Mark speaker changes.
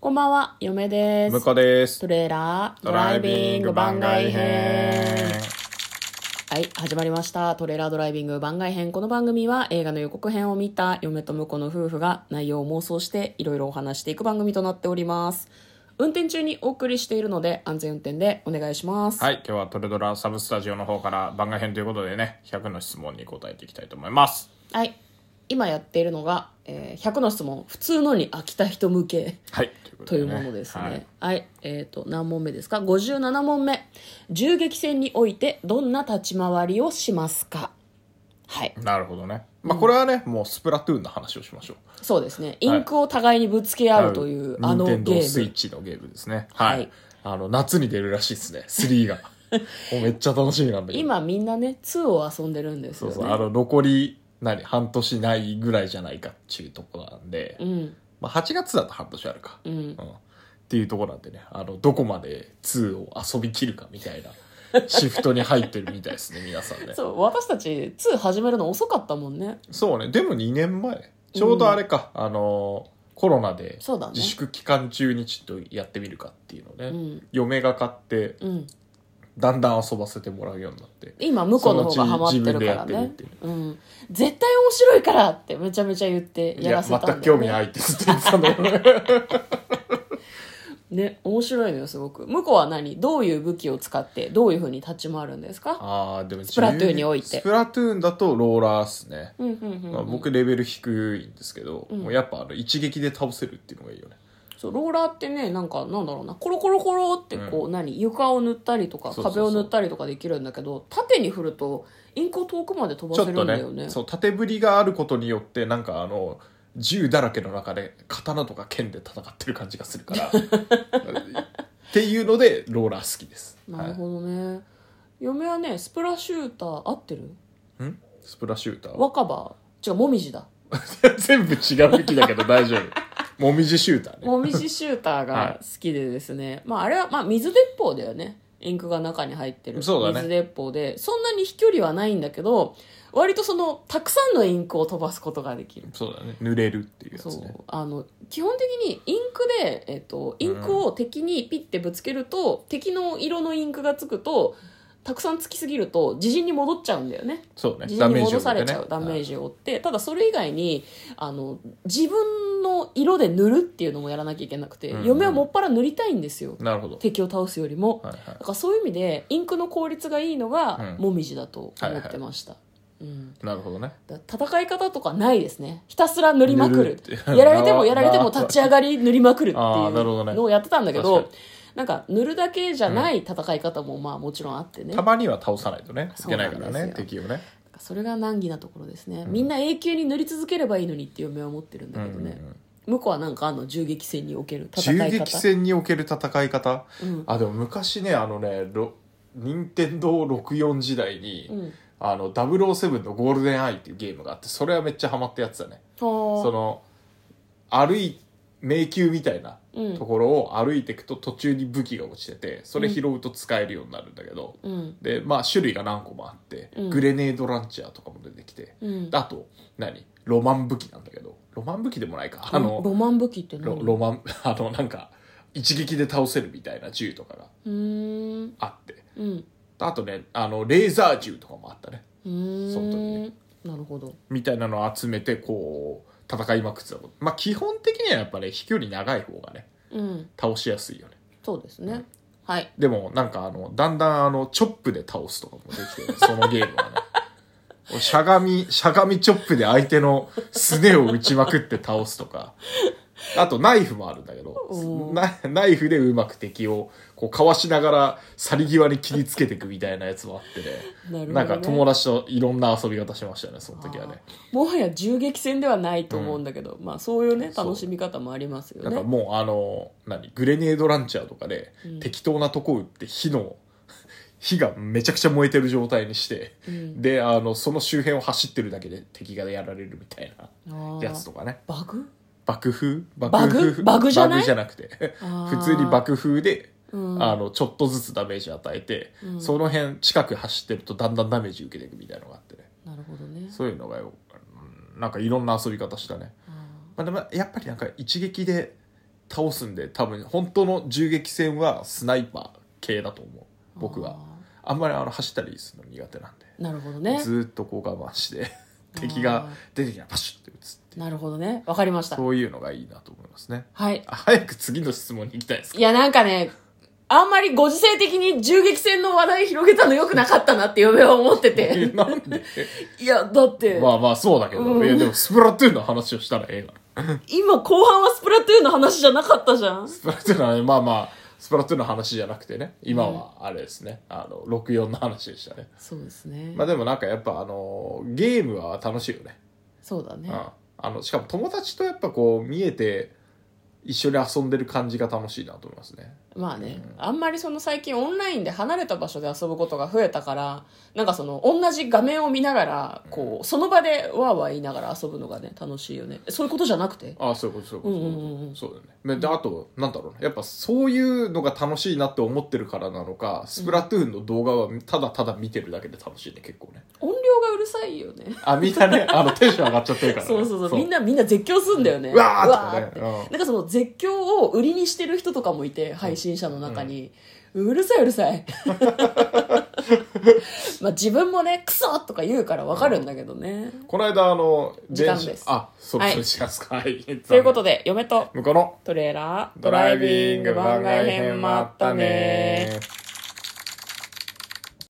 Speaker 1: こんばんは、嫁です
Speaker 2: 向。こうです
Speaker 1: ト。レーラードライビング番外編。はい、始まりました。トレーラードライビング番外編。この番組は映画の予告編を見た嫁と婿の夫婦が内容を妄想していろいろお話していく番組となっております。運転中にお送りしているので安全運転でお願いします。
Speaker 2: はい、今日はトレドラサブスタジオの方から番外編ということでね、100の質問に答えていきたいと思います。
Speaker 1: はい。今やっているのが、えー100の質問、普通のに飽きた人向け
Speaker 2: はい、ということと
Speaker 1: い
Speaker 2: で
Speaker 1: う
Speaker 2: ね
Speaker 1: ものです
Speaker 2: は
Speaker 1: ね
Speaker 2: い。
Speaker 1: はい。えっ、と、何問目ですか ?57 問目。銃撃戦においてどんな立ち回りをしますかはい。
Speaker 2: なるほどね。まあこれはね、もうスプラトゥーンの話をしましょう。
Speaker 1: そうですね。インクを互いにぶつけ合うという、あのゲ
Speaker 2: 任天堂スイ
Speaker 1: ー
Speaker 2: ッ
Speaker 1: ム。
Speaker 2: チのゲームですね。はい。
Speaker 1: はい
Speaker 2: あの、夏に出るらしいですね、3が。 もうめっちゃ楽しみなんだけど。
Speaker 1: 今みんなね、2を遊んでるんです
Speaker 2: そ
Speaker 1: よ
Speaker 2: う
Speaker 1: ね。
Speaker 2: そう、あの、残り、何、半年ないぐらいじゃないかっていうとこなんで、
Speaker 1: うん。
Speaker 2: まあ8月だと半年あるか。
Speaker 1: うん。
Speaker 2: うんっていうところなんでね、あの、どこまで2を遊びきるかみたい な、シフトに入ってるみたいですね、皆さんね。そう
Speaker 1: そう、私たち2始めるの遅かったもんね。
Speaker 2: ね、でも2年前、ちょうどあれか、あの、コロナで
Speaker 1: そうだね
Speaker 2: 自粛期間中にちょっとやってみるかっていうのね、
Speaker 1: うん
Speaker 2: 嫁が買って、
Speaker 1: うん。
Speaker 2: だんだん遊ばせてもらうようになって。
Speaker 1: 今、向こうの方がハマってるから
Speaker 2: そのうち自分でや
Speaker 1: ね
Speaker 2: ってるっ。
Speaker 1: うん。絶対面白いからってめちゃめちゃ言ってやらせたんだよ、ね。
Speaker 2: 全く興味ないってずっと言ってたんだよ ね。
Speaker 1: ね、面白いのよ、すごく。向こうは何どういう武器を使って、どういうふうに立ち回るんですか
Speaker 2: ああ、でもス
Speaker 1: プラトゥーンにおいて
Speaker 2: スプラトゥーンだとローラーっすね。
Speaker 1: うん、うん、うん。
Speaker 2: まあ、僕レベル低いんですけど、もうやっぱあの一撃で倒せるっていうのがいいよね。
Speaker 1: そう、ローラーってね、なんか、なんだろうな、コロコロコロってこう、何床を塗ったりとか、
Speaker 2: そうそう
Speaker 1: 壁
Speaker 2: そう
Speaker 1: を塗ったりとかできるんだけど、縦に振ると、インクを遠くまで飛
Speaker 2: ち
Speaker 1: ば
Speaker 2: ょ
Speaker 1: せ
Speaker 2: っ
Speaker 1: る
Speaker 2: と
Speaker 1: んだ
Speaker 2: ね
Speaker 1: よね。
Speaker 2: そう縦振りがあることによってなんかあの銃だらけの中で刀とか剣で戦ってる感じがす るからっていうのでローラー好きです。
Speaker 1: なる
Speaker 2: は
Speaker 1: ほどね。嫁はね、スプラシューター、合ってる
Speaker 2: い、んスプラシューター
Speaker 1: 若葉、違う、もみじだ。
Speaker 2: 全部違うべきだけど大丈夫。 もみじシューターね。
Speaker 1: もみじシューターが好きでですね、まああれは、まあ水鉄砲だよね。インクが中に入ってる。
Speaker 2: そうだね
Speaker 1: 水鉄砲で、そんなに飛距離はないんだけど、割とその、たくさんのインクを飛ばすことができる。
Speaker 2: そうだね。濡れるっていうやつ
Speaker 1: そ
Speaker 2: ね。
Speaker 1: う。あの、基本的にインクで、えっと、インクを敵にピッてぶつけると、敵の色のインクがつくと、たくさんつきすぎると、自陣に戻っちゃうんだよね。
Speaker 2: そうね。
Speaker 1: 自陣に戻
Speaker 2: 負
Speaker 1: さ
Speaker 2: って
Speaker 1: れちゃうダメージを負って、ただそれ以外にあの自分の色で塗るっていうのもやらなきゃいけなくて、
Speaker 2: うんうん
Speaker 1: 嫁はもっぱら塗りたいんですよ、
Speaker 2: なるほど。
Speaker 1: 敵を倒すよりも、
Speaker 2: はいはい
Speaker 1: だからそういう意味でインクの効率がいいのが
Speaker 2: うん
Speaker 1: もみじだと思ってました、うん
Speaker 2: なるほどね。
Speaker 1: だ戦い方とかないですねひたすら塗りまくる
Speaker 2: 塗るって
Speaker 1: やられても
Speaker 2: な
Speaker 1: やられても立ち上がり塗りまくるってい
Speaker 2: あーなるほど
Speaker 1: う
Speaker 2: ね
Speaker 1: のをやってたんだけど
Speaker 2: 確
Speaker 1: なんか塗るだけじゃない戦い方もまあもちろんあってね
Speaker 2: たまには倒さないとねい
Speaker 1: そう
Speaker 2: け
Speaker 1: な
Speaker 2: なんい
Speaker 1: です
Speaker 2: か
Speaker 1: よ
Speaker 2: らね敵をね
Speaker 1: それが難儀なところですね、みんな永久に塗り続ければいいのにって嫁は思ってるんだけどね、向こうはなんかあんの銃撃戦における戦
Speaker 2: 銃
Speaker 1: い方
Speaker 2: 撃戦における戦い方、
Speaker 1: うん
Speaker 2: あでも昔ねあのねろ任天堂64時代に、
Speaker 1: うん
Speaker 2: あの007の「ゴールデンアイ」っていうゲームがあってそれはめっちゃハマってやつだねそ
Speaker 1: は
Speaker 2: の歩い迷宮みたいな
Speaker 1: うん
Speaker 2: ところを歩いていくと途中に武器が落ちててそれ拾うと使えるようになるんだけど、
Speaker 1: あうん
Speaker 2: でまあ種類が何個もあって、
Speaker 1: うん
Speaker 2: グレネードランチャーとかも出てきて、
Speaker 1: うん
Speaker 2: あと何ロマン武器なんだけどロマン武器でもないかあ
Speaker 1: あ
Speaker 2: の
Speaker 1: のロマン武器って
Speaker 2: ロ
Speaker 1: 何
Speaker 2: ロマン あのなんか一撃で倒せるみたいな銃とかが
Speaker 1: うーん
Speaker 2: あって
Speaker 1: うん
Speaker 2: あとねあのレーザー銃とかもあったね
Speaker 1: うーん
Speaker 2: その時ね
Speaker 1: なるほど
Speaker 2: みたいなのを集めてこう戦いまくってたことまあ基本的にはやっぱね飛距離長い方がね
Speaker 1: うん
Speaker 2: 倒しやすいよね
Speaker 1: そうですね、はい
Speaker 2: でもなんかあのだんだんあのチョップで倒すとかもできてるそのゲームはね しゃがみしゃがみチョップで相手のすねを打ちまくって倒すとかあとナイフもあるんだけど
Speaker 1: うん
Speaker 2: なナイフでうまく敵をこうかわしながら去り際に切りつけていくみたいなやつもあってね
Speaker 1: なるほどね
Speaker 2: んか友達といろんな遊び方しましたよねその時はね
Speaker 1: あーもはや銃撃戦ではないと思うんだけど、まあそういうね
Speaker 2: そう
Speaker 1: 楽しみ方もありますよ
Speaker 2: なんか
Speaker 1: ね
Speaker 2: もうあの何グレネードランチャーとかで適当なとこ打って火の火がめちゃくちゃ燃えてる状態にして、
Speaker 1: ん
Speaker 2: であのその周辺を走ってるだけで敵がやられるみたいな
Speaker 1: あー
Speaker 2: やつとかね
Speaker 1: バグ
Speaker 2: 爆風爆
Speaker 1: バグバグじゃない
Speaker 2: なくて
Speaker 1: あー
Speaker 2: 普通に爆風で、
Speaker 1: うん
Speaker 2: あのちょっとずつダメージ与えて、
Speaker 1: うん
Speaker 2: その辺近く走ってるとだんだんダメージ受けていくみたいなのがあってね
Speaker 1: なるほどね
Speaker 2: そういうのがよ、うんなんかいろんな遊び方したね
Speaker 1: あー
Speaker 2: まあ、でもやっぱりなんか一撃で倒すんで多分本当の銃撃戦はスナイパー系だと思う僕はあんまりあの走ったりするの苦手なんで、
Speaker 1: なるほどね
Speaker 2: ずーっとこう我慢して敵が出てきたらパシュッて撃つっていう
Speaker 1: なるほどねわかりました
Speaker 2: そういうのがいいなと思いますね
Speaker 1: はい
Speaker 2: あ早く次の質問に行きたいです
Speaker 1: いやなんかねあんまりご時世的に銃撃戦の話題広げたのよくなかったなって嫁は思って
Speaker 2: え
Speaker 1: て
Speaker 2: なんで
Speaker 1: いやだって、
Speaker 2: まあまあそうだけど、
Speaker 1: うん
Speaker 2: いやでもスプラトゥーンの話をしたらええな
Speaker 1: 今後半はスプラトゥーンの話じゃなかったじゃん
Speaker 2: スプラトゥーンの話まあまあスプラトゥーンの話じゃなくてね今はあれですね、あの64の話でしたね
Speaker 1: そうですね、
Speaker 2: まあでもなんかやっぱあのゲームは楽しいよね
Speaker 1: そうだね、
Speaker 2: うん、あのしかも友達とやっぱこう見えて一緒に遊んでる感じが楽しいなと思いますね
Speaker 1: まあね、あんまりその最近オンラインで離れた場所で遊ぶことが増えたからなんかその同じ画面を見ながらこうその場でわーわー言いながら遊ぶのがね楽しいよねそういうことじゃなくて
Speaker 2: ああそういうことそういうこと、
Speaker 1: うんうんうんうん
Speaker 2: そうだよねでであとなんだろうねやっぱそういうのが楽しいなって思ってるからなのかスプラトゥーンの動画はただただ見てるだけで楽しいね結構ね
Speaker 1: 音量がうるさいよね
Speaker 2: あみんな ねあのテンション上がっちゃってるからね、
Speaker 1: そうそうそうみんなみんな絶叫すんだよね
Speaker 2: うわーとかね
Speaker 1: うって、
Speaker 2: うん
Speaker 1: なんかその絶叫を売りにしてる人とかもいて配信者の中に、うるさいうるさ いまあ自分もねクソとか言うからわかるんだけどね、
Speaker 2: この間あの
Speaker 1: 時間
Speaker 2: 電車
Speaker 1: です
Speaker 2: あそう
Speaker 1: はい
Speaker 2: そう時間ですかはい
Speaker 1: ということで嫁と
Speaker 2: 向こうの
Speaker 1: トレーラード
Speaker 2: ド
Speaker 1: ラ
Speaker 2: ラ
Speaker 1: イ
Speaker 2: イ
Speaker 1: ビ
Speaker 2: ビ
Speaker 1: ン
Speaker 2: ン
Speaker 1: グ
Speaker 2: グ
Speaker 1: 番
Speaker 2: 番
Speaker 1: 外
Speaker 2: 外
Speaker 1: 編
Speaker 2: 編
Speaker 1: も
Speaker 2: も
Speaker 1: あ
Speaker 2: あ
Speaker 1: っ
Speaker 2: ったた
Speaker 1: ね
Speaker 2: ね